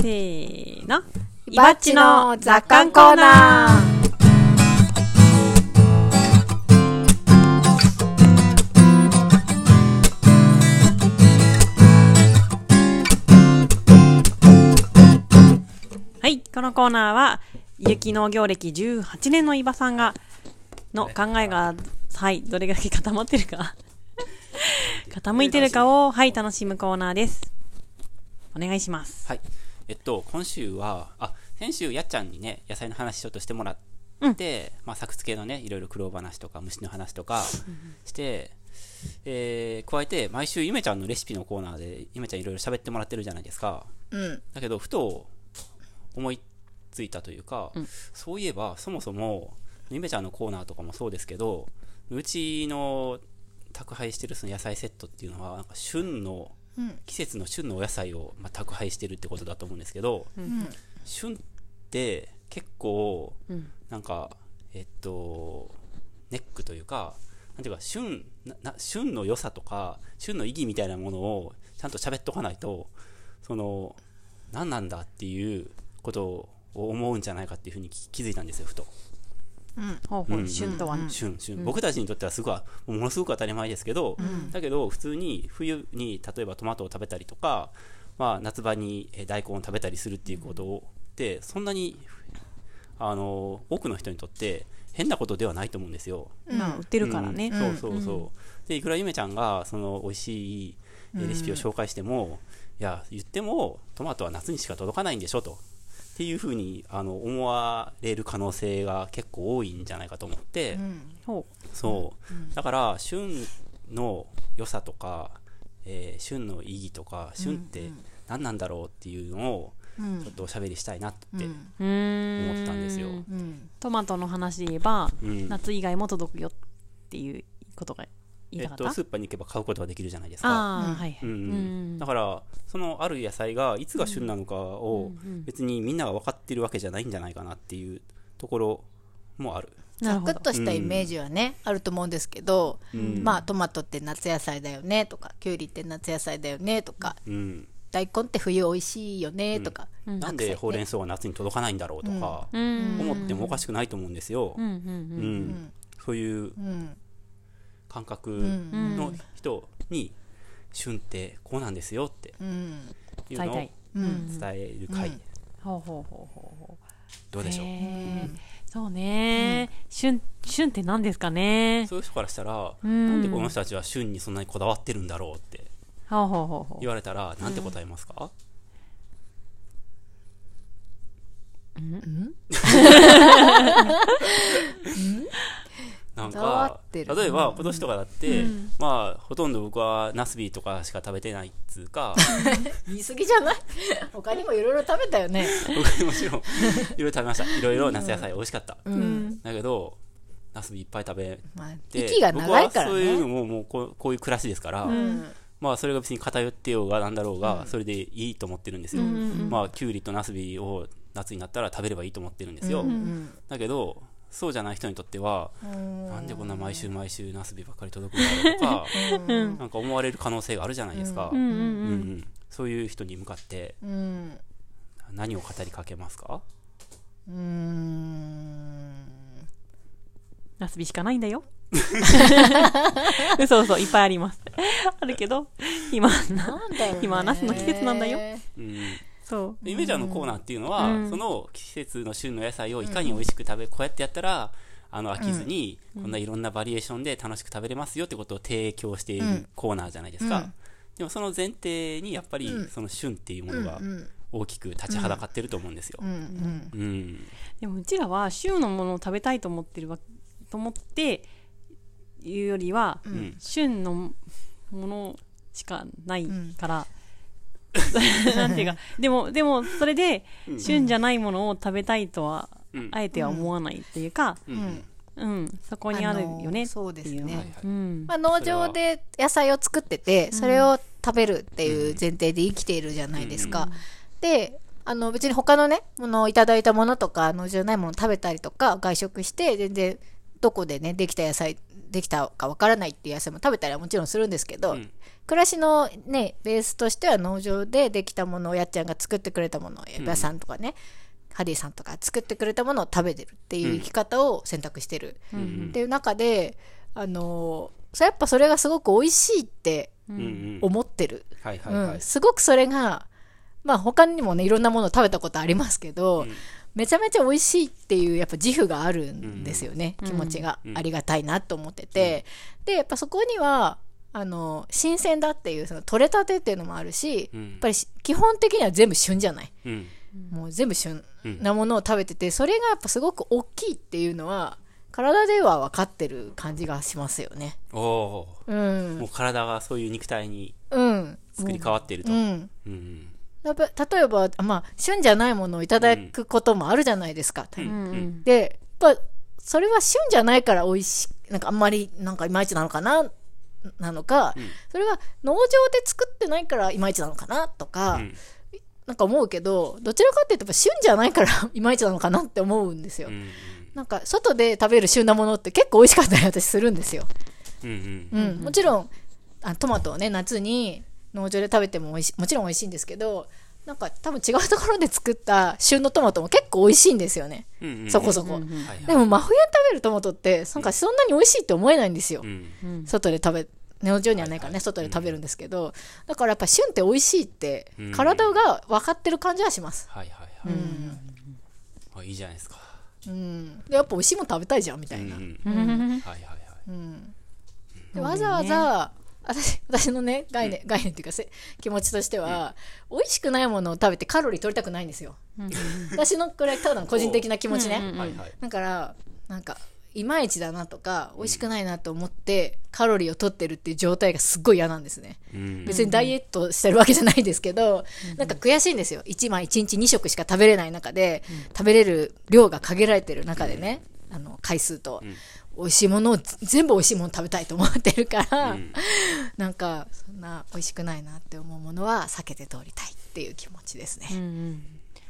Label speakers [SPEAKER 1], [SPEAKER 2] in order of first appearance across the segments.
[SPEAKER 1] せーの。
[SPEAKER 2] イバッチの雑感コーナー。
[SPEAKER 1] はい、このコーナーは、雪農業歴18年の伊庭さんが、の考えが、はい、どれだけ固まってる か、傾いてるかを、はい、楽しむコーナーです。お願いします。
[SPEAKER 3] はい。えっと、今週は、あ、先週、やっちゃんにね、野菜の話ちょっとしてもらって、まあ、作付けのね、いろいろ苦労話とか、虫の話とかして、えー加えて、毎週、ゆめちゃんのレシピのコーナーで、ゆめちゃんいろいろ喋ってもらってるじゃないですか。
[SPEAKER 2] うん。
[SPEAKER 3] だけど、ふと思いついたというか、そういえば、そもそも、ゆめちゃんのコーナーとかもそうですけど、うちの宅配してるその野菜セットっていうのは、なんか旬の、
[SPEAKER 2] うん。
[SPEAKER 3] 季節の旬のお野菜を、まあ、宅配してるってことだと思うんですけど、
[SPEAKER 2] うん。
[SPEAKER 3] 旬って結構
[SPEAKER 1] うん。
[SPEAKER 3] なんかえっとネックというかなんていうか旬なな旬の良さとか旬の意義みたいなものをちゃんと喋っとかないとその何なんだっていうことを思うんじゃないかっていうふうに気気づいたんですよふと
[SPEAKER 1] ほうほ
[SPEAKER 3] う
[SPEAKER 1] う、
[SPEAKER 3] ん
[SPEAKER 1] 旬とはね。
[SPEAKER 3] 旬旬、僕たちにとってはすごいものすごく当たり前ですけど、だけど普通に冬に例えばトマトを食べたりとか、まあ、夏場にえー大根を食べたりするっていうことをってそんなにあの多くの人にとって変なことではないと思うんですよ。
[SPEAKER 1] まあ、売ってるからね。
[SPEAKER 3] うんそうそうそう、でいくらゆめちゃんがその美味しいえーレシピを紹介しても、いや言ってもトマトは夏にしか届かないんでしょとっていうふうにあの思われる可能性が結構多いんじゃないかと思って、
[SPEAKER 1] ほ
[SPEAKER 3] そうだから旬の良さとか、えー旬の意義とか旬って何なんだろうっていうのをちょっとおしゃべりしたいなって
[SPEAKER 1] う。うーん。
[SPEAKER 3] 思ったんですよ。
[SPEAKER 2] うん。
[SPEAKER 1] トマトの話で言えば、
[SPEAKER 3] うん
[SPEAKER 1] 夏以外も届くよっていうことが言い
[SPEAKER 3] え
[SPEAKER 1] たかっ
[SPEAKER 3] っ
[SPEAKER 1] た。
[SPEAKER 3] と、スーパーに行けば買うことができるじゃないですか。
[SPEAKER 1] ああ、はいはい。
[SPEAKER 3] うんうん
[SPEAKER 1] うん
[SPEAKER 3] だからそのある野菜がいつが旬なのかを別にみんなが分かってるわけじゃないんじゃないかなっていうところもある。
[SPEAKER 1] な
[SPEAKER 2] サ
[SPEAKER 1] るほ
[SPEAKER 2] クッ
[SPEAKER 1] ど。
[SPEAKER 2] としたイメージはね、あると思うんですけど、まあトマトって夏野菜だよねとかきゅうりって夏野菜だよねとか
[SPEAKER 3] うん、
[SPEAKER 2] 大根って冬美味しいよねとか、
[SPEAKER 3] なんでほうれん草は夏に届かないんだろうとか
[SPEAKER 1] うん。
[SPEAKER 3] 思ってもおかしくないと思うんですよ。
[SPEAKER 1] うんうん
[SPEAKER 3] うんそういう
[SPEAKER 2] うん
[SPEAKER 3] 感覚の人に旬ってこうなんですよって
[SPEAKER 2] うん
[SPEAKER 3] いう
[SPEAKER 1] 大
[SPEAKER 3] のを
[SPEAKER 1] 体
[SPEAKER 3] 伝。える会
[SPEAKER 1] ほうほうほうほうほう。
[SPEAKER 3] どうでしょう、
[SPEAKER 1] へーそうね、旬旬って何ですかね
[SPEAKER 3] そういう人からしたら、
[SPEAKER 1] ん
[SPEAKER 3] なんでこの人たちは旬にそんなにこだわってるんだろうって
[SPEAKER 1] ほうほうほうほう
[SPEAKER 3] 言われたらなんて答えますか、なん
[SPEAKER 2] こだわ
[SPEAKER 3] か
[SPEAKER 2] って
[SPEAKER 3] 例え
[SPEAKER 2] る
[SPEAKER 3] ば今年とかだって、まあほとんど僕はナスビとかしか食べてないっつうか
[SPEAKER 2] 言い過ぎじゃない 他にもいろいろ食べたよね
[SPEAKER 3] 僕もちろんいろいろ食べましたいろいろ夏野菜美味しかった、だけどナスビいっぱい食べ
[SPEAKER 2] まあ
[SPEAKER 3] て
[SPEAKER 2] 息が長いから
[SPEAKER 3] 僕はそういうの
[SPEAKER 2] ね
[SPEAKER 3] ももうこうこういう暮らしですから、
[SPEAKER 2] うん
[SPEAKER 3] まあそれが別に偏ってようがなんだろうが、それでいいと思ってるんですよ、まあきゅうりとナスビを夏になったら食べればいいと思ってるんですよ、
[SPEAKER 2] うん
[SPEAKER 3] だけどそうじゃない人にとっては、
[SPEAKER 2] うん
[SPEAKER 3] なんでこんな毎週毎週ナスビばっかり届くん だろうとか、なんか思われる可能性があるじゃないですか、
[SPEAKER 1] うんう
[SPEAKER 3] う
[SPEAKER 1] ん
[SPEAKER 3] ん
[SPEAKER 1] うん
[SPEAKER 3] うんそういう人に向かって
[SPEAKER 2] うん
[SPEAKER 3] 何を語りかけますか
[SPEAKER 2] うん
[SPEAKER 1] ナスビしかないんだ よ嘘嘘いっぱいありますあるけど今な
[SPEAKER 2] なんだろうね
[SPEAKER 1] 今はナスの季節なんだよ
[SPEAKER 3] うん
[SPEAKER 1] そう
[SPEAKER 3] ゆめちゃんのコーナーっていうのは、その季節の旬の野菜をいかに美味しく食べ、こうやってやったらあの飽きずに、こんないろんなバリエーションで楽しく食べれますよってことを提供しているコーナーじゃないですか、でもその前提にやっぱり、その旬っていうものが大きく立ちはだかってると思うんですよ、
[SPEAKER 2] う
[SPEAKER 3] う
[SPEAKER 2] んん
[SPEAKER 1] でもうちらは旬のものを食べたいと思ってるわと思っていうよりは、
[SPEAKER 3] ん
[SPEAKER 1] 旬のものしかないから、なんていうかでもでもそれで旬じゃないものを食べたいとは、
[SPEAKER 3] うん
[SPEAKER 1] あえては思わないっていうか、
[SPEAKER 3] うん
[SPEAKER 1] うんそこにあるよね
[SPEAKER 2] のそう
[SPEAKER 1] っ
[SPEAKER 2] で
[SPEAKER 1] て
[SPEAKER 2] す
[SPEAKER 1] いうのが
[SPEAKER 3] はい
[SPEAKER 2] ね
[SPEAKER 3] はい
[SPEAKER 1] うん
[SPEAKER 2] まあ、農場で野菜を作っててそれを食べるっていう前提で生きているじゃないですか。であの別に他のねものをいただいたものとか農場ないものを食べたりとか外食して全然どこでねできた野菜できたかわからないっていう野菜も食べたりはもちろんするんですけど、
[SPEAKER 3] うん
[SPEAKER 2] 暮らしのねベースとしては農場でできたものをやっちゃんが作ってくれたものを矢部さんとかね、ハリーさんとか作ってくれたものを食べてるっていう生き方を選択してる、っていう中であのーそれやっぱそれがすごく美味しいって
[SPEAKER 3] うんうん
[SPEAKER 2] 思ってる、
[SPEAKER 3] はいはいは
[SPEAKER 2] う
[SPEAKER 3] い
[SPEAKER 2] ん、すごくそれがまあ他にもねいろんなものを食べたことありますけど、めちゃめちゃ美味しいっていうやっぱ自負があるんですよね、気持ちがありがたいなと思ってて、でやっぱそこにはあの新鮮だっていうその取れたてっていうのもあるし、
[SPEAKER 3] うん
[SPEAKER 2] やっぱりし基本的には全部旬じゃない、
[SPEAKER 3] うん
[SPEAKER 2] もう全部旬
[SPEAKER 3] うん
[SPEAKER 2] なものを食べててそれがやっぱすごく大きいっていうのは体では分かってる感じがしますよね。
[SPEAKER 3] おお
[SPEAKER 2] う
[SPEAKER 3] ーも
[SPEAKER 2] ん、
[SPEAKER 3] う体がそういう肉体に
[SPEAKER 2] うん、
[SPEAKER 3] 作り変わってると
[SPEAKER 2] う、ん
[SPEAKER 3] うん
[SPEAKER 2] やっぱ例えば、まあ、旬じゃないものをいただくこともあるじゃないですか。
[SPEAKER 3] うんうん
[SPEAKER 2] で、やっぱ、それは旬じゃないから美味しい、なんかあんまり、なんかいまいちなのかな、なのか、それは農場で作ってないからいまいちなのかな、とか、
[SPEAKER 3] うん
[SPEAKER 2] なんか思うけど、どちらかっていうと、旬じゃないから いまいちなのかなって思うんですよ。
[SPEAKER 3] うん
[SPEAKER 2] なんか、外で食べる旬なものって結構美味しかったり私するんですよ。
[SPEAKER 3] うんうん
[SPEAKER 2] うん、もちろんあトマトをね夏に農場で食べても美味しもちろん美味しいんですけどなんか多分違うところで作った旬のトマトも結構美味しいんですよね、
[SPEAKER 3] うんうん
[SPEAKER 2] そこそこ、
[SPEAKER 3] はいはい
[SPEAKER 2] でも真冬に食べるトマトってなんかそんなに美味しいって思えないんですよ、
[SPEAKER 3] うん
[SPEAKER 2] 外で食べ農場にはないからね、外で食べるんですけど、だからやっぱ旬って美味しいって
[SPEAKER 3] うん
[SPEAKER 2] 体が分かってる感じはします
[SPEAKER 3] はいはい
[SPEAKER 2] うん、
[SPEAKER 3] はいあいいじゃないですか
[SPEAKER 2] うんでやっぱ美味しいもん食べたいじゃんみた
[SPEAKER 3] う
[SPEAKER 2] いな、
[SPEAKER 3] ん
[SPEAKER 1] うんうん
[SPEAKER 3] はいはいはい
[SPEAKER 2] でわざわざ私私のね概念、概念っていうかせ気持ちとしては、美味しくないものを食べてカロリー取りたくないんですよ、私のこれただの個人的な気持ちね、
[SPEAKER 3] はいはい
[SPEAKER 2] だからなんかいまいちだなとか美味しくないなと思ってカロリーを取ってるっていう状態がすっごい嫌なんですね
[SPEAKER 3] うん
[SPEAKER 2] 別にダイエットしてるわけじゃないですけど、なんか悔しいんですよ1枚1日2食しか食べれない中で、食べれる量が限られてる中でね、あの回数と、美味しいものを全部美味しいもの食べたいと思ってるから、
[SPEAKER 3] ん
[SPEAKER 2] なんかそんな美味しくないなって思うものは避けて通りたいっていう気持ちですね、
[SPEAKER 1] うん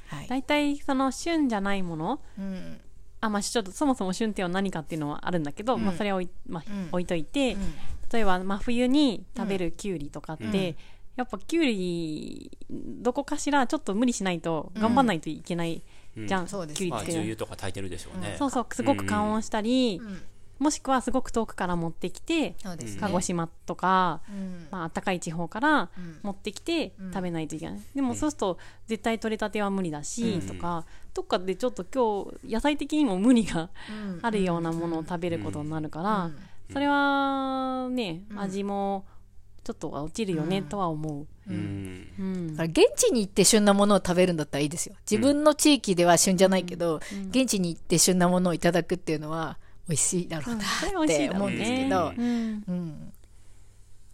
[SPEAKER 2] はい、
[SPEAKER 1] 大体その旬じゃないもの
[SPEAKER 2] うん
[SPEAKER 1] あまあちょっとそもそも旬っていうのは何かっていうのはあるんだけど、まあそれは置い,、まあ
[SPEAKER 2] うん
[SPEAKER 1] 置いといて、
[SPEAKER 2] ん
[SPEAKER 1] 例えば真冬に食べるきゅうりとかって、やっぱきゅうりどこかしらちょっと無理しないと頑張んないといけないじゃん、
[SPEAKER 2] うんそうです
[SPEAKER 1] きゅうり
[SPEAKER 3] まあ
[SPEAKER 1] 作る
[SPEAKER 3] 重油とか炊いてるでしょうね
[SPEAKER 1] そうそうすごく感温したり、
[SPEAKER 2] ん
[SPEAKER 1] もしくはすごく遠くから持ってきて、
[SPEAKER 2] そうですね
[SPEAKER 1] 鹿児島とか、
[SPEAKER 2] うん
[SPEAKER 1] まあ暖かい地方から
[SPEAKER 2] ん
[SPEAKER 1] 持ってきて食べないといけない、でもそうすると絶対取れたては無理だし、とかどっかでちょっと今日野菜的にも無理が
[SPEAKER 2] うん
[SPEAKER 1] あるようなものを食べることになるから、
[SPEAKER 2] うん
[SPEAKER 1] それはね味もちょっとは落ちるよねとは思う、
[SPEAKER 3] うん
[SPEAKER 1] うん
[SPEAKER 2] だから現地に行って旬なものを食べるんだったらいいですよ自分の地域では旬じゃないけど、現地に行って旬なものをいただくっていうのは美味しいだろうな
[SPEAKER 1] それは
[SPEAKER 2] っ
[SPEAKER 1] 美味しい
[SPEAKER 2] て
[SPEAKER 1] だろ
[SPEAKER 2] 思う
[SPEAKER 1] うん
[SPEAKER 2] です
[SPEAKER 1] ね
[SPEAKER 2] けど、
[SPEAKER 1] うん
[SPEAKER 2] うん、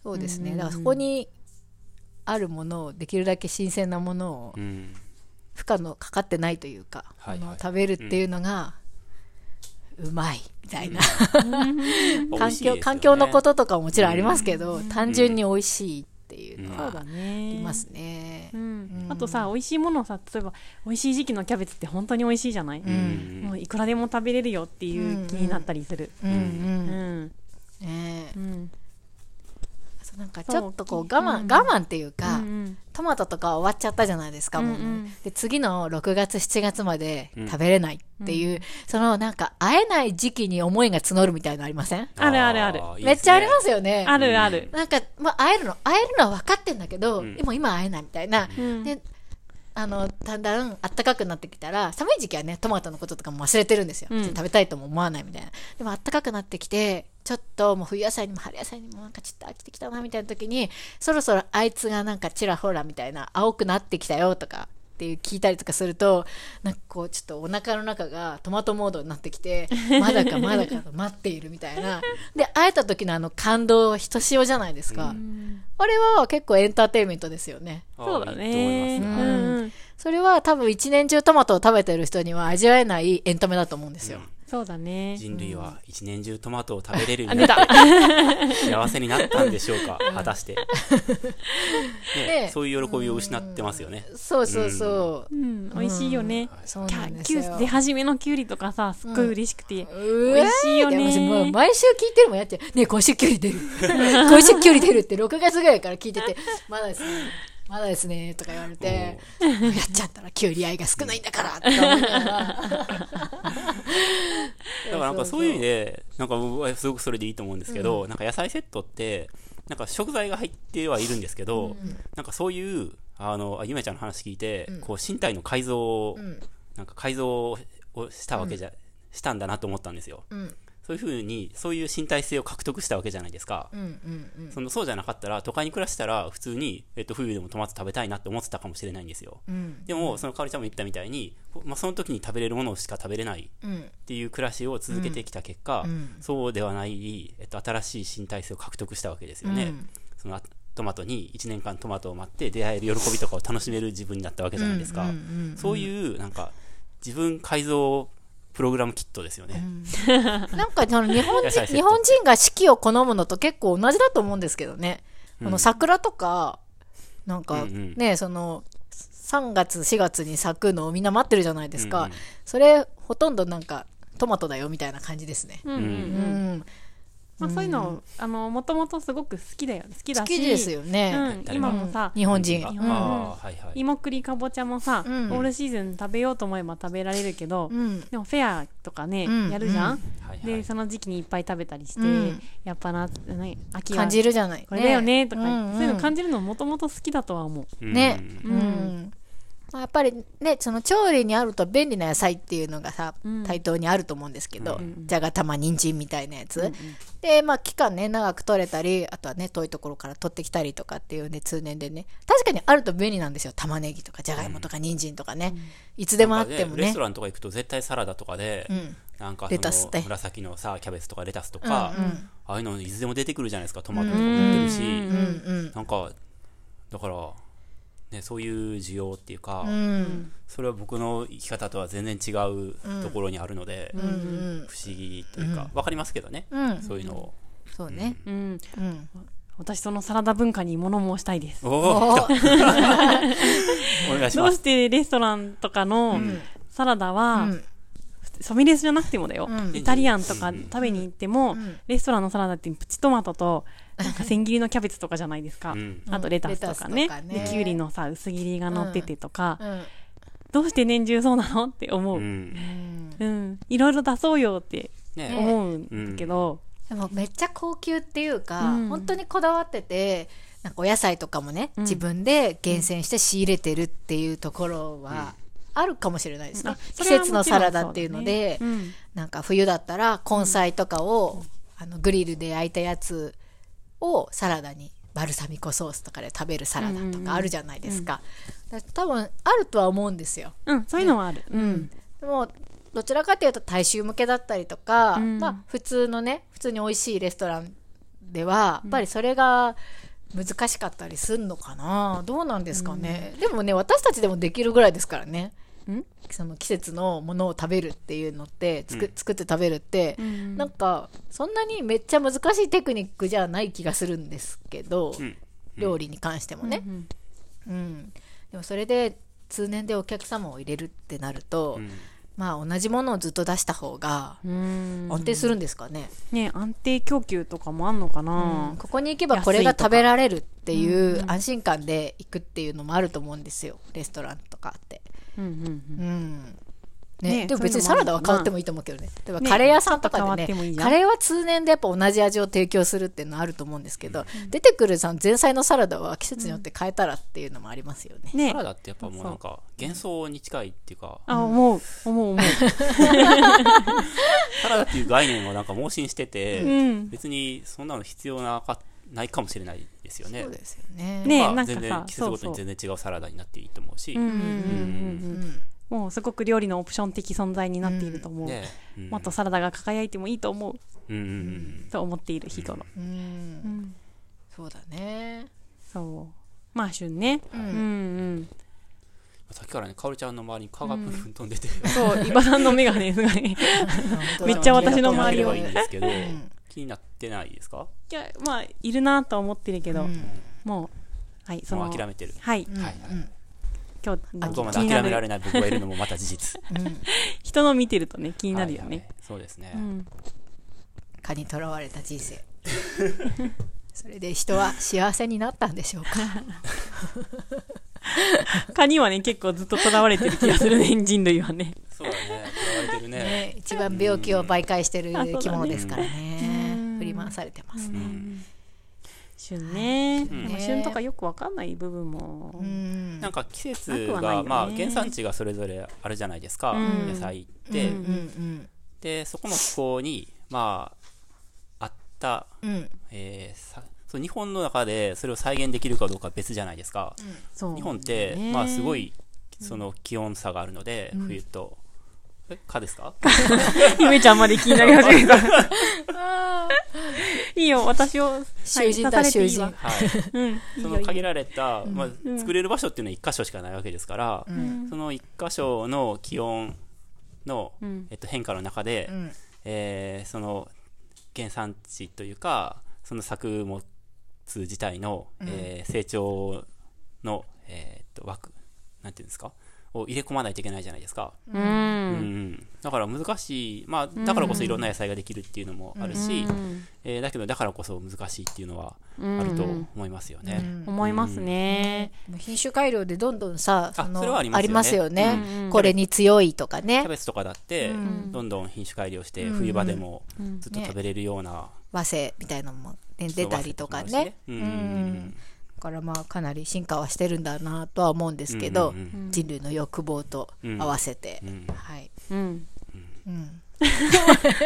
[SPEAKER 2] そうですね、だからそこにあるものをできるだけ新鮮なものを
[SPEAKER 3] うん
[SPEAKER 2] 負荷のかかってないというか、
[SPEAKER 3] はいはい
[SPEAKER 2] ものを食べるっていうのが、うまいみたいな、
[SPEAKER 3] 美
[SPEAKER 2] 環
[SPEAKER 3] 味しいですよ
[SPEAKER 2] 境
[SPEAKER 3] ね
[SPEAKER 2] 環境のこととかももちろんありますけど、単純に美味しいっていうの
[SPEAKER 1] そうだ
[SPEAKER 2] はあ
[SPEAKER 1] ね
[SPEAKER 2] りますね。
[SPEAKER 1] うん、あとさ美味しいものをさ例えば美味しい時期のキャベツって本当に美味しいじゃない、
[SPEAKER 3] うん
[SPEAKER 1] もういくらでも食べれるよっていう気になったりする
[SPEAKER 2] うん
[SPEAKER 1] う
[SPEAKER 2] うん
[SPEAKER 1] ん
[SPEAKER 2] ねえ
[SPEAKER 1] うん
[SPEAKER 2] あとなんかちょっとこう
[SPEAKER 1] そう
[SPEAKER 2] 我慢、
[SPEAKER 1] うん
[SPEAKER 2] 我慢っていうか、
[SPEAKER 1] うん
[SPEAKER 2] トマトとか終わっちゃったじゃないですか、もうね
[SPEAKER 1] うんうん
[SPEAKER 2] で次の6月7月まで食べれないっていう、そのなんか会えない時期に思いが募るみたいのありません
[SPEAKER 1] あるあるある
[SPEAKER 3] ーいい
[SPEAKER 2] め
[SPEAKER 3] で
[SPEAKER 2] っちゃありますすよね
[SPEAKER 1] あるある
[SPEAKER 2] なんか、まあ、会えるの会えるのは分かってんだけど、でも今会えないみたいな、
[SPEAKER 1] ん
[SPEAKER 2] であのだんだん暖かくなってきたら寒い時期はねトマトのこととかも忘れてるんですよ、
[SPEAKER 1] ん
[SPEAKER 2] 別に食べたいとも思わないみたいなでも暖かくなってきてちょっともう冬野菜にも春野菜にもなんかちょっと飽きてきたなみたいな時にそろそろあいつがなんかちらほらみたいな青くなってきたよとかっていう聞いたりとかするとなんかこうちょっとお腹の中がトマトモードになってきてまだかまだかと待っているみたいなで会えた時のあの感動ひとしおじゃないですか、あれは結構エンターテインメントですよね
[SPEAKER 3] あー
[SPEAKER 1] そうだ
[SPEAKER 3] い
[SPEAKER 1] ね
[SPEAKER 3] いと思います
[SPEAKER 1] う
[SPEAKER 3] はい
[SPEAKER 1] んうん
[SPEAKER 2] それは多分一年中トマトを食べてる人には味わえないエンタメだと思うんですよ、
[SPEAKER 1] そうだね。
[SPEAKER 3] 人類は一年中トマトを食べれるよう
[SPEAKER 1] あ、
[SPEAKER 3] に
[SPEAKER 1] 出
[SPEAKER 3] なった
[SPEAKER 1] た。
[SPEAKER 3] 幸せになったんでしょうか、果たして。ね
[SPEAKER 2] で
[SPEAKER 3] そういう喜びを失ってますよね。
[SPEAKER 2] そうそうそうう。
[SPEAKER 1] ん、美味しいよね。
[SPEAKER 2] そう
[SPEAKER 1] キ
[SPEAKER 2] な
[SPEAKER 1] ャ
[SPEAKER 2] ん
[SPEAKER 1] ッ
[SPEAKER 2] です
[SPEAKER 1] キ
[SPEAKER 2] よ
[SPEAKER 1] ュ。ース出始めのキュウリとかさ、すっごい嬉しくて。
[SPEAKER 2] う
[SPEAKER 1] 美味しいよね
[SPEAKER 2] でももう毎週聞いてるもんやって、ねえ今週キュウリ 出る。今週キュウリ出るって6月ぐらいから聞いてて、まだですね、まだですね、とか言われて、やっちゃったらキュウリ愛が少ないんだ から、って思いながら。だか
[SPEAKER 3] だからなんかそういう意味で、なんか僕はすごくそれでいいと思うんですけど、なんか野菜セットって、なんか食材が入ってはいるんですけど、なんかそういう、あの、あゆめちゃんの話聞いて、こう身体の改造を、なんか改造をしたわけじゃ、したんだなと思ったんですよ。
[SPEAKER 2] ん
[SPEAKER 3] そういうふうに、そういう身体性を獲得したわけじゃないですか。
[SPEAKER 2] うんうんうん。
[SPEAKER 3] そのそうじゃなかったら、都会に暮らしたら、普通に、えっと、冬でもトマト食べたいなって思ってたかもしれないんですよ。
[SPEAKER 2] うん
[SPEAKER 3] でも、そのかおりちゃんも言ったみたいに、まあ、その時に食べれるものしか食べれない
[SPEAKER 2] うん
[SPEAKER 3] っていう暮らしを続けてきた結果、そうではない、えっと、新しい身体性を獲得したわけですよね、そのトマトに1年間トマトを待って出会える喜びとかを楽しめる自分になったわけじゃないですか、そういうなんか自分改造プログラムキットですよね、
[SPEAKER 2] なんかあの日本
[SPEAKER 3] 野菜セッ
[SPEAKER 2] 人
[SPEAKER 3] ト
[SPEAKER 2] 日本人が四季を好むのと結構同じだと思うんですけどね、あの桜とかなんか
[SPEAKER 3] うんうん
[SPEAKER 2] ね、その3月4月に咲くのをみんな待ってるじゃないですか、
[SPEAKER 3] うんうん
[SPEAKER 2] それほとんどなんかトマトだよみたいな感じですね、
[SPEAKER 1] うんうんう
[SPEAKER 2] うん
[SPEAKER 1] ん。まあそういうの、あの、もともとすごく好きだよ。好きだ
[SPEAKER 2] 好
[SPEAKER 1] し。
[SPEAKER 2] きですよね、
[SPEAKER 1] うん、
[SPEAKER 3] 誰
[SPEAKER 1] 今
[SPEAKER 3] が
[SPEAKER 1] もさ、
[SPEAKER 2] 日本人が
[SPEAKER 3] ああ
[SPEAKER 2] う
[SPEAKER 3] ー、
[SPEAKER 2] ん
[SPEAKER 3] はいはい
[SPEAKER 1] 芋栗かぼちゃもさ、
[SPEAKER 2] うん
[SPEAKER 1] オールシーズン食べようと思えば食べられるけど、
[SPEAKER 2] うん
[SPEAKER 1] でもフェアとかね、
[SPEAKER 2] うん
[SPEAKER 1] やるじゃん、
[SPEAKER 3] はいはい
[SPEAKER 1] でその時期にいっぱい食べたりして、
[SPEAKER 2] うん
[SPEAKER 1] やっぱな何秋は
[SPEAKER 2] 感じるじゃない
[SPEAKER 1] これだよねとか、
[SPEAKER 2] うんうん
[SPEAKER 1] そういうの感じるのもともと好きだとは思う
[SPEAKER 3] うん
[SPEAKER 2] ね、
[SPEAKER 1] う
[SPEAKER 2] うんんまあ、やっぱりねその調理にあると便利な野菜っていうのがさ、
[SPEAKER 1] うん
[SPEAKER 2] 対等にあると思うんですけど、
[SPEAKER 3] うん
[SPEAKER 2] じゃがたま人参みたいなやつ、でまあ期間ね長く取れたりあとはね遠いところから取ってきたりとかっていうね通年でね確かにあると便利なんですよ玉ねぎとかじゃがいもとか人参とかね、いつでもあっても
[SPEAKER 3] レ
[SPEAKER 2] ね
[SPEAKER 3] ストランとか行くと絶対サラダとかで、
[SPEAKER 2] うん
[SPEAKER 3] なんか
[SPEAKER 2] レタス
[SPEAKER 3] そ
[SPEAKER 2] って
[SPEAKER 3] の紫のさキャベツとかレタスとか、
[SPEAKER 2] うんう
[SPEAKER 3] ああいうのいつでも出てくるじゃないですかトマトとかも出てるし、
[SPEAKER 1] うん
[SPEAKER 2] うんうん
[SPEAKER 3] なんかだから、ね、そういう需要っていうか、
[SPEAKER 2] うん
[SPEAKER 3] それは僕の生き方とは全然違うところにあるので、
[SPEAKER 2] うんうん
[SPEAKER 3] 不思議というか、わかりますけどね、
[SPEAKER 2] うん
[SPEAKER 3] そういうのを。
[SPEAKER 2] そうね
[SPEAKER 1] うん
[SPEAKER 2] うん
[SPEAKER 1] 私そのサラダ文化に物申したいです
[SPEAKER 3] おお
[SPEAKER 2] お
[SPEAKER 3] お願いし
[SPEAKER 1] ど
[SPEAKER 3] ま
[SPEAKER 1] う
[SPEAKER 3] す
[SPEAKER 1] してレストランとかのサラダは、
[SPEAKER 2] うん
[SPEAKER 1] ファミレスじゃなくてもだよ、
[SPEAKER 2] うん
[SPEAKER 1] イタリアンとか食べに行っても、
[SPEAKER 2] ん
[SPEAKER 1] レストランのサラダってプチトマトとなんか千切りのキャベツとかじゃないですか、
[SPEAKER 3] うん
[SPEAKER 1] あとレタスとかね
[SPEAKER 2] レタスとかね
[SPEAKER 1] できゅうりのさ薄切りが乗っててとか、
[SPEAKER 2] うん
[SPEAKER 1] どうして年中そうなのって思
[SPEAKER 3] う
[SPEAKER 1] う、うん
[SPEAKER 3] ん
[SPEAKER 1] いろいろ出そうよって
[SPEAKER 3] ね
[SPEAKER 1] 思うんだけど、
[SPEAKER 2] でもめっちゃ高級っていうか、
[SPEAKER 1] うん
[SPEAKER 2] 本当にこだわっててなんかお野菜とかもね、
[SPEAKER 1] うん
[SPEAKER 2] 自分で厳選して仕入れてるっていうところはあるかもしれないですね、
[SPEAKER 1] あそ
[SPEAKER 2] 季
[SPEAKER 1] れはもち
[SPEAKER 2] 節
[SPEAKER 1] ろん
[SPEAKER 2] のサラダっていうので
[SPEAKER 1] そうだね
[SPEAKER 2] なんか冬だったら根菜とかを、あのグリルで焼いたやつをサラダにバルサミコソースとかで食べるサラダとかあるじゃないですか,、多分あるとは思うんですよ。
[SPEAKER 1] うん、うんそういうのはある、うん
[SPEAKER 2] でもどちらかというと大衆向けだったりとか、
[SPEAKER 1] ん
[SPEAKER 2] まあ、普通のね普通に美味しいレストランではやっぱりそれが難しかったりすんのかなどうなんですかね、でもね私たちでもできるぐらいですからね
[SPEAKER 1] ん
[SPEAKER 2] その季節のものを食べるっていうのってつく、作って食べるって、なんかそんなにめっちゃ難しいテクニックじゃない気がするんですけど、
[SPEAKER 3] ん
[SPEAKER 2] 料理に関してもね。うん、でもそれで通年でお客様を入れるってなると、
[SPEAKER 3] ん
[SPEAKER 2] まあ同じものをずっと出した方が
[SPEAKER 1] うん
[SPEAKER 2] 安定するんですかね、
[SPEAKER 1] ね安定供給とかもあんのかな、
[SPEAKER 2] ここに行けばこれが食べられるっていう安心感で行くっていうのもあると思うんですよレストランとかって。
[SPEAKER 1] うん、うんうん
[SPEAKER 2] うんね
[SPEAKER 1] ね
[SPEAKER 2] でも別にサラダは変わってもいいと思うけどね例えば
[SPEAKER 1] ね
[SPEAKER 2] カレー屋さんと
[SPEAKER 1] ちょっと
[SPEAKER 2] か
[SPEAKER 1] 変わっ
[SPEAKER 2] で
[SPEAKER 1] てもいい
[SPEAKER 2] ね
[SPEAKER 1] じゃん
[SPEAKER 2] カレーは通年でやっぱ同じ味を提供するっていうのはあると思うんですけど、出てくるその前菜のサラダは季節によって変えたらっていうのもありますよね。
[SPEAKER 1] ね
[SPEAKER 3] サラダってやっぱもうなんか幻想に近いっていうか
[SPEAKER 1] あ思う思う思う
[SPEAKER 3] サラダっていう概念をなんか盲信してて、
[SPEAKER 1] うん
[SPEAKER 3] 別にそんなの必要なかないかもしれないですよね
[SPEAKER 2] そうですよね
[SPEAKER 1] ね
[SPEAKER 3] ま
[SPEAKER 1] な
[SPEAKER 3] あ
[SPEAKER 1] んかさ
[SPEAKER 3] 全然季節ごと
[SPEAKER 1] そう
[SPEAKER 3] に
[SPEAKER 1] そう
[SPEAKER 3] 全然違うサラダになっていいと思うし、
[SPEAKER 1] うんうんうんうん
[SPEAKER 2] うん
[SPEAKER 1] もうすごく料理のオプション的存在になっていると思う、
[SPEAKER 3] ねうん
[SPEAKER 1] もっとサラダが輝いてもいいと思う
[SPEAKER 3] うんうんうん
[SPEAKER 1] と思っている日頃、
[SPEAKER 2] う、
[SPEAKER 1] うんん
[SPEAKER 2] そうだね。
[SPEAKER 1] そうまあ旬ね、うん、うん
[SPEAKER 3] さっきからね、かおりちゃんの周りに蚊がプンプン飛んでて、
[SPEAKER 1] そう、伊庭さんの目がね、すごい。めっちゃ私の周りを
[SPEAKER 3] 気になってなければいいんですけど、
[SPEAKER 2] ん
[SPEAKER 3] 気になってないですか
[SPEAKER 1] いや、まあ、いるなとは思ってるけど、もう、はい、そ
[SPEAKER 3] も
[SPEAKER 1] の、
[SPEAKER 3] う諦めてる。
[SPEAKER 1] はい、
[SPEAKER 2] うん
[SPEAKER 3] はいはい
[SPEAKER 1] 今日
[SPEAKER 3] ここ
[SPEAKER 1] の、
[SPEAKER 3] まで
[SPEAKER 1] 気
[SPEAKER 3] 諦
[SPEAKER 1] にな
[SPEAKER 3] めら
[SPEAKER 1] る。
[SPEAKER 3] れない僕がいるのもまた事実。
[SPEAKER 2] うんうん
[SPEAKER 1] 人の見てるとね、気になるよ
[SPEAKER 3] はいは
[SPEAKER 1] ね
[SPEAKER 3] い。そうですね。
[SPEAKER 1] うん。
[SPEAKER 2] 蚊にとらわれた人生それで人は幸せになったんでしょうか
[SPEAKER 1] 蚊にはね、結構ずっと囚われてる気がするね、人類はね。
[SPEAKER 3] そうだね。嫌われてるね。
[SPEAKER 2] ね、一番病気を媒介してる
[SPEAKER 1] あそうだね
[SPEAKER 2] 生き物ですからね
[SPEAKER 1] うん
[SPEAKER 2] 振り回されてますね
[SPEAKER 1] 旬ね。で
[SPEAKER 3] ん
[SPEAKER 1] も旬とかよくわかんない部分も。
[SPEAKER 2] うん
[SPEAKER 3] なんか季節
[SPEAKER 1] なくは
[SPEAKER 3] が、
[SPEAKER 1] ないよね
[SPEAKER 3] まあ原産地がそれぞれあるじゃないですか、
[SPEAKER 1] うん
[SPEAKER 3] 野菜って、
[SPEAKER 2] うんうん
[SPEAKER 3] でそこの気候にまああった、
[SPEAKER 2] うん
[SPEAKER 3] えーさそう日本の中でそれを再現できるかどうかは別じゃないですか、
[SPEAKER 1] そう。
[SPEAKER 3] 日本って、まあすごいその気温差があるので、
[SPEAKER 2] ん
[SPEAKER 3] 冬とえ蚊ですか
[SPEAKER 1] ゆめちゃんまで気になり始めた。いいよ、私を、はい
[SPEAKER 2] 囚人だ
[SPEAKER 1] 刺されていいわ
[SPEAKER 2] 囚人
[SPEAKER 3] はい
[SPEAKER 1] うん。いい
[SPEAKER 3] そ
[SPEAKER 1] よ
[SPEAKER 3] の
[SPEAKER 1] いいよ
[SPEAKER 3] 限られた、まあ、作れる場所っていうのは1箇所しかないわけですから、
[SPEAKER 2] ん
[SPEAKER 3] その1箇所の気温の、
[SPEAKER 1] うん
[SPEAKER 3] えっと、変化の中で、
[SPEAKER 2] うん
[SPEAKER 3] えーその原産地というかその作物自体の、えー成長の、えーっと枠なんていうんですかを入れ込まないといけないじゃないですか、
[SPEAKER 1] う
[SPEAKER 3] うん
[SPEAKER 1] ん。
[SPEAKER 3] だから難しい、まあ、だからこそいろんな野菜ができるっていうのもあるし、えーだけどだからこそ難しいっていうのはあると思いますよね。
[SPEAKER 1] 思いますね。
[SPEAKER 2] 品種改良でどんどんさ
[SPEAKER 3] あ
[SPEAKER 2] その
[SPEAKER 3] それはありますよね
[SPEAKER 2] ありますよ
[SPEAKER 1] うんう
[SPEAKER 2] ね
[SPEAKER 1] ん
[SPEAKER 2] これに強いとか
[SPEAKER 3] キャ
[SPEAKER 2] ね
[SPEAKER 3] ベツとかだって、
[SPEAKER 2] ん
[SPEAKER 3] どんどん品種改良して、冬場でもずっと
[SPEAKER 2] ね
[SPEAKER 3] 食べれるような、
[SPEAKER 2] 和製みたいなのもね出たりとか
[SPEAKER 3] 伸ばせ
[SPEAKER 2] ね
[SPEAKER 3] てもらうし
[SPEAKER 2] うんだからまあかなり進化はしてるんだなとは思うんですけど、
[SPEAKER 3] うんうん
[SPEAKER 2] 人類の欲望と合わせて、
[SPEAKER 3] うんうん
[SPEAKER 2] はい、
[SPEAKER 1] うん。
[SPEAKER 2] うん、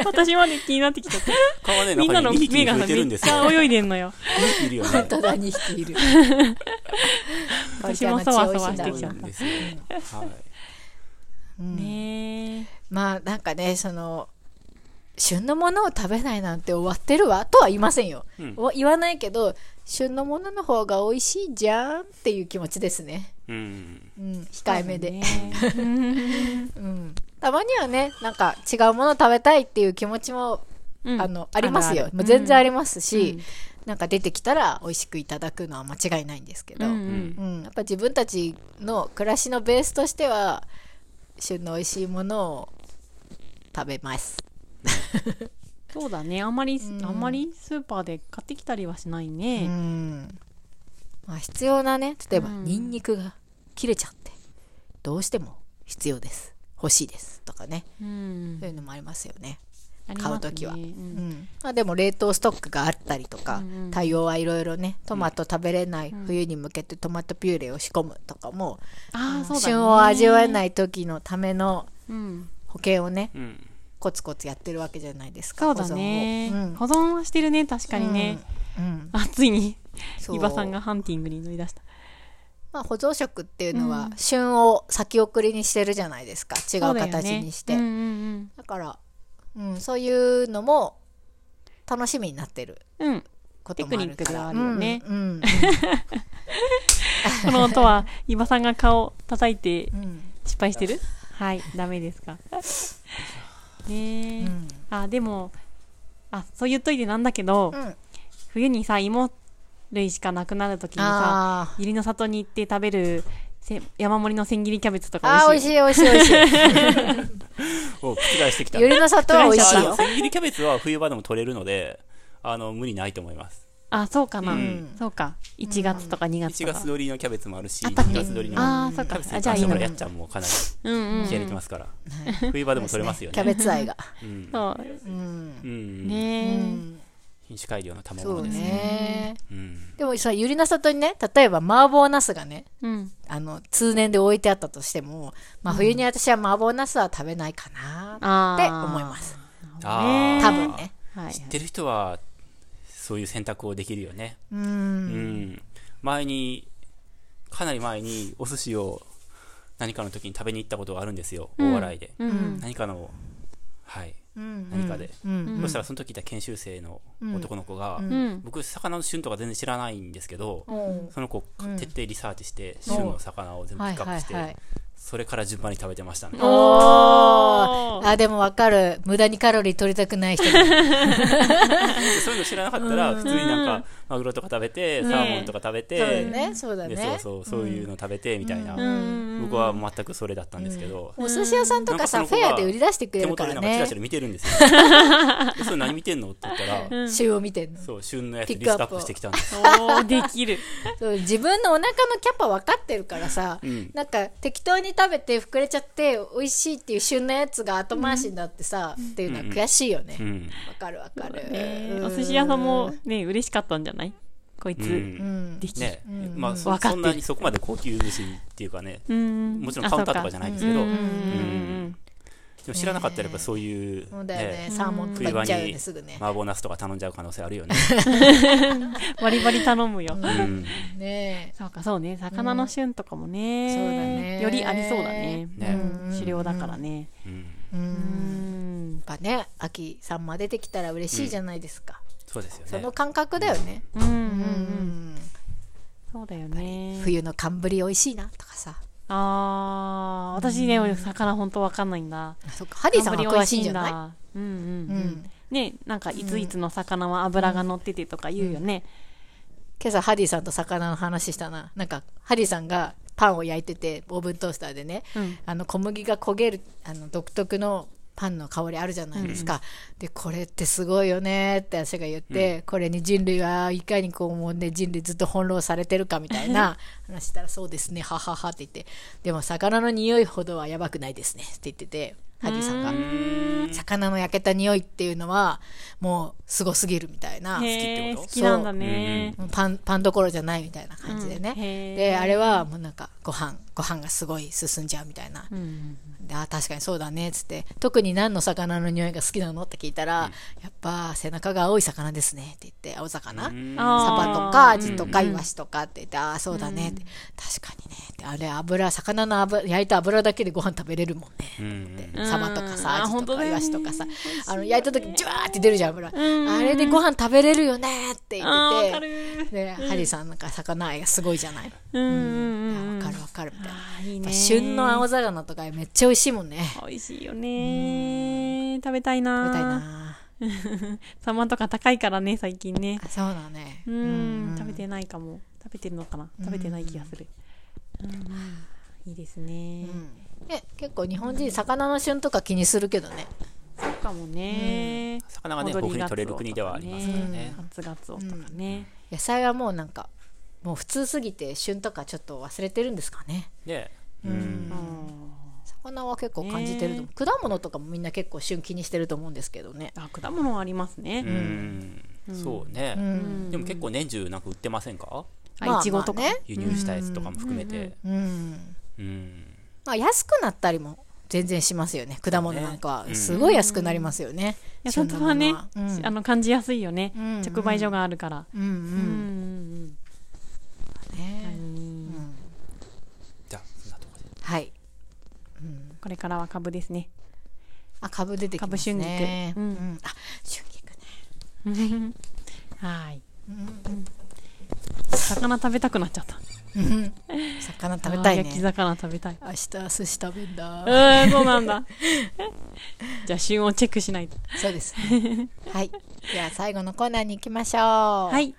[SPEAKER 1] 私まで気になってきちゃった。
[SPEAKER 3] 顔はね、
[SPEAKER 1] みんな
[SPEAKER 3] な
[SPEAKER 1] の
[SPEAKER 3] んかね、2匹
[SPEAKER 1] 目
[SPEAKER 3] に
[SPEAKER 1] が
[SPEAKER 3] 増えて
[SPEAKER 1] め
[SPEAKER 3] るん
[SPEAKER 1] っ
[SPEAKER 3] で
[SPEAKER 1] ち
[SPEAKER 3] すよ。
[SPEAKER 1] ゃ泳いでんのよ。
[SPEAKER 3] 2匹いる よね。
[SPEAKER 2] 本当だ2匹いる
[SPEAKER 1] 私もそわそわして
[SPEAKER 3] そう
[SPEAKER 1] きちゃ
[SPEAKER 3] な
[SPEAKER 1] っ
[SPEAKER 3] んですよ。はい。
[SPEAKER 1] た。ね
[SPEAKER 2] まあなんかねその旬のものを食べないなんて終わってるわとは言いませんよ、
[SPEAKER 3] うん
[SPEAKER 2] お言わないけど旬のものの方が美味しいじゃんっていう気持ちですね、
[SPEAKER 3] うん。
[SPEAKER 2] うん、控えめで、
[SPEAKER 1] え。ね
[SPEAKER 2] うん、たまにはねなんか違うもの食べたいっていう気持ちも
[SPEAKER 1] うん
[SPEAKER 2] あのありま
[SPEAKER 1] あ
[SPEAKER 2] すよ
[SPEAKER 1] るある
[SPEAKER 2] もう全然ありますし、なんか出てきたら美味しくいただくのは間違いないんですけど、
[SPEAKER 1] う
[SPEAKER 2] うん
[SPEAKER 1] うんん
[SPEAKER 2] やっぱ自分たちの暮らしのベースとしては旬の美味しいものを食べます
[SPEAKER 1] そうだね。あんまり
[SPEAKER 2] う、ん
[SPEAKER 1] あんまりスーパーで買ってきたりはしないうね。
[SPEAKER 2] ん、まあ、必要なね例えば
[SPEAKER 1] うん
[SPEAKER 2] ニンニクが切れちゃってどうしても必要です欲しいですとかね
[SPEAKER 1] うん
[SPEAKER 2] そういうのもありますよね、
[SPEAKER 1] ありますね
[SPEAKER 2] 買う時は
[SPEAKER 1] うん
[SPEAKER 2] うんまあ、でも冷凍ストックがあったりとか、
[SPEAKER 1] うんうん
[SPEAKER 2] 対応はいろいろねトマト食べれない冬に向けてトマトピューレを仕込むとかも、
[SPEAKER 1] ああ、そうだね。
[SPEAKER 2] 旬を味わえ
[SPEAKER 1] い。
[SPEAKER 2] ない時のための
[SPEAKER 1] うん。
[SPEAKER 2] 保険をね
[SPEAKER 3] うん。
[SPEAKER 2] コツコツやってるわけじゃないですか
[SPEAKER 1] そうだね
[SPEAKER 2] 保存をうん。
[SPEAKER 1] 保存はしてるね、確かにね。
[SPEAKER 2] うんうん
[SPEAKER 1] あ、ついに、
[SPEAKER 2] そう
[SPEAKER 1] 伊庭さんがハンティングに乗り出した。
[SPEAKER 2] まあ、保存食っていうの
[SPEAKER 1] う
[SPEAKER 2] は
[SPEAKER 1] ん
[SPEAKER 2] 旬を先送りにしてるじゃないですか
[SPEAKER 1] そ
[SPEAKER 2] 違
[SPEAKER 1] うだよね
[SPEAKER 2] 形にして
[SPEAKER 1] う
[SPEAKER 2] だ,、
[SPEAKER 1] んうん
[SPEAKER 2] から、うん、そういうのも楽しみになってる
[SPEAKER 1] うん。うん。
[SPEAKER 2] こともあるから
[SPEAKER 1] テクニックではあるよね
[SPEAKER 2] うんうん
[SPEAKER 1] この音 は、伊庭さんが顔叩いて
[SPEAKER 2] うん
[SPEAKER 1] 失敗してるはい、ダメです か。ねえ、
[SPEAKER 2] うん
[SPEAKER 1] あ、でも、あ、そう言っといてなんだけど、
[SPEAKER 2] うん
[SPEAKER 1] 冬にさ、芋類しかなくなるときにさ、
[SPEAKER 2] あー
[SPEAKER 1] ゆりの里に行って食べるせ山盛りの千切りキャベツとか
[SPEAKER 2] あー
[SPEAKER 1] 美
[SPEAKER 2] 美
[SPEAKER 1] 味
[SPEAKER 2] 味
[SPEAKER 1] し
[SPEAKER 2] し
[SPEAKER 1] い
[SPEAKER 2] い美味しい美味し い
[SPEAKER 3] お、覆してきた。
[SPEAKER 2] ゆりの里は美味しい
[SPEAKER 3] あの
[SPEAKER 2] よ
[SPEAKER 3] 千切りキャベツは冬場でも取れるので、あの、無理ないと思います。
[SPEAKER 1] あそうかな、
[SPEAKER 2] うん
[SPEAKER 1] そうか1月とか2月
[SPEAKER 3] 1
[SPEAKER 1] とか
[SPEAKER 3] 月、取りのキャベツもあるし、
[SPEAKER 1] あったっけ
[SPEAKER 3] 2月取りの。
[SPEAKER 1] あーそっ
[SPEAKER 3] キャ
[SPEAKER 1] か
[SPEAKER 3] ベツ
[SPEAKER 1] あ
[SPEAKER 3] に
[SPEAKER 1] じゃあ
[SPEAKER 3] 関し
[SPEAKER 1] いい
[SPEAKER 3] て
[SPEAKER 1] の
[SPEAKER 3] はやっちゃんもかなり
[SPEAKER 1] うんうん
[SPEAKER 3] 気合いできますから、冬場でも取れますよ
[SPEAKER 2] キャ
[SPEAKER 3] ね。
[SPEAKER 2] ベツ愛が
[SPEAKER 3] うん
[SPEAKER 1] そう
[SPEAKER 2] うん
[SPEAKER 3] うん
[SPEAKER 1] ね
[SPEAKER 2] う
[SPEAKER 1] え、
[SPEAKER 2] ん
[SPEAKER 3] 品種改良の賜
[SPEAKER 2] そ
[SPEAKER 3] 物
[SPEAKER 2] う
[SPEAKER 3] ですね。
[SPEAKER 2] ね
[SPEAKER 3] うん。
[SPEAKER 2] でもさゆりの里にね例えば麻婆茄子がね
[SPEAKER 1] うん
[SPEAKER 2] あの通年で置いてあったとしても、まあ、冬に私は麻婆茄子は食べないかな
[SPEAKER 1] あ
[SPEAKER 2] って思います、
[SPEAKER 3] あー
[SPEAKER 2] 多分ね
[SPEAKER 1] はい
[SPEAKER 3] 知ってる人は、そういう選択をできるよね。
[SPEAKER 2] う
[SPEAKER 3] うんん、前にかなり前にお寿司を何かの時に食べに行ったことがあるんですよ、大笑いで、
[SPEAKER 1] うん
[SPEAKER 3] 何かのはい
[SPEAKER 2] うん
[SPEAKER 3] 何かで
[SPEAKER 2] うん
[SPEAKER 3] そしたらその時いた研修生の男の子が、
[SPEAKER 1] うん。
[SPEAKER 3] 僕魚の旬とか全然知らないんですけど、
[SPEAKER 2] うん
[SPEAKER 3] その子、
[SPEAKER 2] うん
[SPEAKER 3] 徹底リサーチして旬の魚を全部ピ
[SPEAKER 2] はい
[SPEAKER 3] ックアッ
[SPEAKER 2] はい
[SPEAKER 3] プして、
[SPEAKER 2] はい
[SPEAKER 3] それから順番に食べてましたね、
[SPEAKER 2] お
[SPEAKER 1] お
[SPEAKER 2] ーあでもわかる無駄にカロリー取りたくない人だ
[SPEAKER 3] そういうの知らなかったら普通になんかマグロとか食べて、サーモンとか食べて、
[SPEAKER 2] そうだねそうだね
[SPEAKER 3] でそうそうそういうの食べてみたいな、
[SPEAKER 1] うん
[SPEAKER 3] 僕は全くそれだったんですけど、
[SPEAKER 2] お寿司屋さんとかさ
[SPEAKER 3] なん
[SPEAKER 2] フ
[SPEAKER 3] その子
[SPEAKER 2] ェア
[SPEAKER 3] が
[SPEAKER 2] で売り出してくれるから
[SPEAKER 3] 手元でなんかチラチ
[SPEAKER 2] ね
[SPEAKER 3] ラ見てるんで すよでそれ何見てんのって言ったら、
[SPEAKER 2] 旬を見てんの
[SPEAKER 3] そう旬のやつ
[SPEAKER 2] ピ
[SPEAKER 3] リ
[SPEAKER 2] ッ
[SPEAKER 3] ス
[SPEAKER 2] クア
[SPEAKER 3] ト
[SPEAKER 2] ップ
[SPEAKER 3] アップしてきたんです
[SPEAKER 1] おーでき る。
[SPEAKER 2] そう自分のお腹のキャパ分かってるからさ、
[SPEAKER 3] うん
[SPEAKER 2] なんか適当に食べて膨れちゃって美味しいっていう旬のやつが後回しになってさ、っていうのは悔しいよね
[SPEAKER 3] う
[SPEAKER 2] わ、
[SPEAKER 3] ん、
[SPEAKER 2] かるわかる、
[SPEAKER 1] ね
[SPEAKER 2] うん
[SPEAKER 1] お寿司屋さんもね、嬉しかったんじゃないこいうつ。
[SPEAKER 2] うんん
[SPEAKER 1] できる。
[SPEAKER 3] ね、まあ
[SPEAKER 1] わ
[SPEAKER 3] そ
[SPEAKER 1] かってる
[SPEAKER 3] そんなにそこまで高級虫っていうかね
[SPEAKER 1] うん
[SPEAKER 3] もちろんカウンターとかじゃないですけど
[SPEAKER 1] あそうかうんうん
[SPEAKER 3] でも知らなかったらやっぱそういう、
[SPEAKER 2] そうだよねサーモンとか
[SPEAKER 3] 冬
[SPEAKER 2] い
[SPEAKER 3] 場
[SPEAKER 2] っ
[SPEAKER 3] に
[SPEAKER 2] ちゃうよねすぐね
[SPEAKER 3] 麻婆茄子とか頼んじゃう可能性あるよね、
[SPEAKER 1] バリバリ頼むよ。
[SPEAKER 3] うん、
[SPEAKER 2] ね
[SPEAKER 1] そうか、そうね。魚の旬とかもね。
[SPEAKER 2] そうだね
[SPEAKER 1] よりありそうだね。
[SPEAKER 3] ね
[SPEAKER 1] 狩猟だからね。
[SPEAKER 3] うん、
[SPEAKER 2] えうん
[SPEAKER 1] う、ん。
[SPEAKER 2] やっぱね秋さんま出てきたら嬉しいじゃないですか、
[SPEAKER 3] そうですよ
[SPEAKER 2] そ
[SPEAKER 3] ね
[SPEAKER 2] の感覚だよね、
[SPEAKER 1] うんうんう。
[SPEAKER 2] うんん
[SPEAKER 1] そうだよね。
[SPEAKER 2] 冬の寒ぶり美味しいなとかさ
[SPEAKER 1] あー、私ね、魚ほんとわかんないんだ。
[SPEAKER 2] あそっかハリーさんは
[SPEAKER 1] あんまり美
[SPEAKER 2] 詳
[SPEAKER 1] 味
[SPEAKER 2] しいんじゃない
[SPEAKER 1] だ。うんうん
[SPEAKER 2] う
[SPEAKER 1] うんん。ね、なんかいついつの魚は油が乗っててとか言うよね。
[SPEAKER 2] 今朝ハディさんと魚の話したななんかハディさんがパンを焼いててオーブントースターでね、
[SPEAKER 1] うん
[SPEAKER 2] あの小麦が焦げるあの独特のパンの香りあるじゃないですか、でこれってすごいよねって私が言って、これに人類はいかにこうもうね人類ずっと翻弄されてるかみたいな 話したらそうですねはははって言ってでも魚の匂いほどはやばくないですねって言っててハディさんが魚の焼けた匂いっていうのはもうすごすぎるみたいな。
[SPEAKER 1] へー
[SPEAKER 3] 好
[SPEAKER 1] 好
[SPEAKER 3] きってこと
[SPEAKER 1] きなんだね。
[SPEAKER 2] パンパンどころじゃないみたいな感じでね、
[SPEAKER 1] うんへー
[SPEAKER 2] であれはもうなんかご飯ご飯がすごい進んじゃうみたいな、
[SPEAKER 1] うん。
[SPEAKER 2] であ確かにそうだねっつって特に何の魚の匂いが好きなのって聞いたら、やっぱ背中が青い魚ですねって言って青魚、
[SPEAKER 3] うん
[SPEAKER 1] あー
[SPEAKER 2] サバとかアジとかイワシとかって言って、ああそうだねって、確かにねってあれ油魚の油焼いた油だけでご飯食べれるもんね、
[SPEAKER 3] うん
[SPEAKER 2] サバとか
[SPEAKER 1] うん
[SPEAKER 2] さアジ
[SPEAKER 1] あ本
[SPEAKER 2] と
[SPEAKER 1] 当
[SPEAKER 2] か
[SPEAKER 1] だよ
[SPEAKER 2] イ
[SPEAKER 1] ね
[SPEAKER 2] ワシとかさ、あの焼いた時ジュワーって出るじゃん油、
[SPEAKER 1] ん
[SPEAKER 2] あれでご飯食べれるよねって言
[SPEAKER 1] あー、
[SPEAKER 2] っ
[SPEAKER 1] わか
[SPEAKER 2] てて
[SPEAKER 1] る。
[SPEAKER 2] で、ハリーさんなんか魚愛がすごいじゃない。
[SPEAKER 1] うん
[SPEAKER 2] あ
[SPEAKER 1] うんうん。
[SPEAKER 2] わかるわかるみたいな。や
[SPEAKER 1] あーいい
[SPEAKER 2] っぱ
[SPEAKER 1] ね。
[SPEAKER 2] 旬の青魚とかめっちゃ美味しいもんね。
[SPEAKER 1] 美味しいよね。食べたいな。
[SPEAKER 2] みたい。な。
[SPEAKER 1] サンマとか高いからね、最近ね。
[SPEAKER 2] あそうだね。
[SPEAKER 1] うーん、食べてないかも。食べてるのかな食べてない気がする。うんいいですね
[SPEAKER 2] う。んえ結構日本人魚の旬とか気にするけどね。
[SPEAKER 1] そうかもね。
[SPEAKER 3] 魚がね
[SPEAKER 1] 戻り
[SPEAKER 3] 僕に
[SPEAKER 1] ガツオ
[SPEAKER 3] 取れる国ではありますからね、
[SPEAKER 1] 初ガツオとかね。
[SPEAKER 2] 野菜はもうなんかもう普通すぎて旬とかちょっと忘れてるんですかね。
[SPEAKER 3] で、うん
[SPEAKER 1] うん
[SPEAKER 2] 魚は結構感じてると思う。果物とかもみんな結構旬気にしてると思うんですけどね。
[SPEAKER 1] あ、果物はあります
[SPEAKER 3] う
[SPEAKER 1] ね。
[SPEAKER 3] んそうね、でも結構年中なんか売ってませんか
[SPEAKER 1] あ、いちごとか。
[SPEAKER 2] まあまあね
[SPEAKER 3] 輸入したやつとかも含めて
[SPEAKER 2] うん。
[SPEAKER 3] うん
[SPEAKER 2] まあ安くなったりも全然しますよね果物なんか
[SPEAKER 3] ねう
[SPEAKER 2] は
[SPEAKER 3] ん
[SPEAKER 2] すごい安くなりますよね、
[SPEAKER 1] いや、
[SPEAKER 2] 旬
[SPEAKER 1] 本当
[SPEAKER 2] なもの
[SPEAKER 1] はね、
[SPEAKER 2] うん
[SPEAKER 1] あの、感じやすいよね。
[SPEAKER 2] うん
[SPEAKER 1] 直売所があるから。
[SPEAKER 2] うんう
[SPEAKER 1] うんうん
[SPEAKER 2] ん
[SPEAKER 1] うん。
[SPEAKER 2] ね
[SPEAKER 1] うん
[SPEAKER 3] じゃあそんなとこで
[SPEAKER 2] はい
[SPEAKER 1] これからは株ですね。
[SPEAKER 2] あ株出てきますね
[SPEAKER 1] 株春菊うん
[SPEAKER 2] あ春菊ね
[SPEAKER 1] はい。魚食べたくなっちゃった。
[SPEAKER 2] 魚食べたい
[SPEAKER 1] あー焼き
[SPEAKER 2] ね
[SPEAKER 1] 魚食べ たい。
[SPEAKER 2] 明日寿司食べんだ
[SPEAKER 1] うーん、そうなんだ。 じゃあ、旬をチェックしないと。
[SPEAKER 2] そうですねはいでは最後のコーナーに行きましょう
[SPEAKER 1] はい。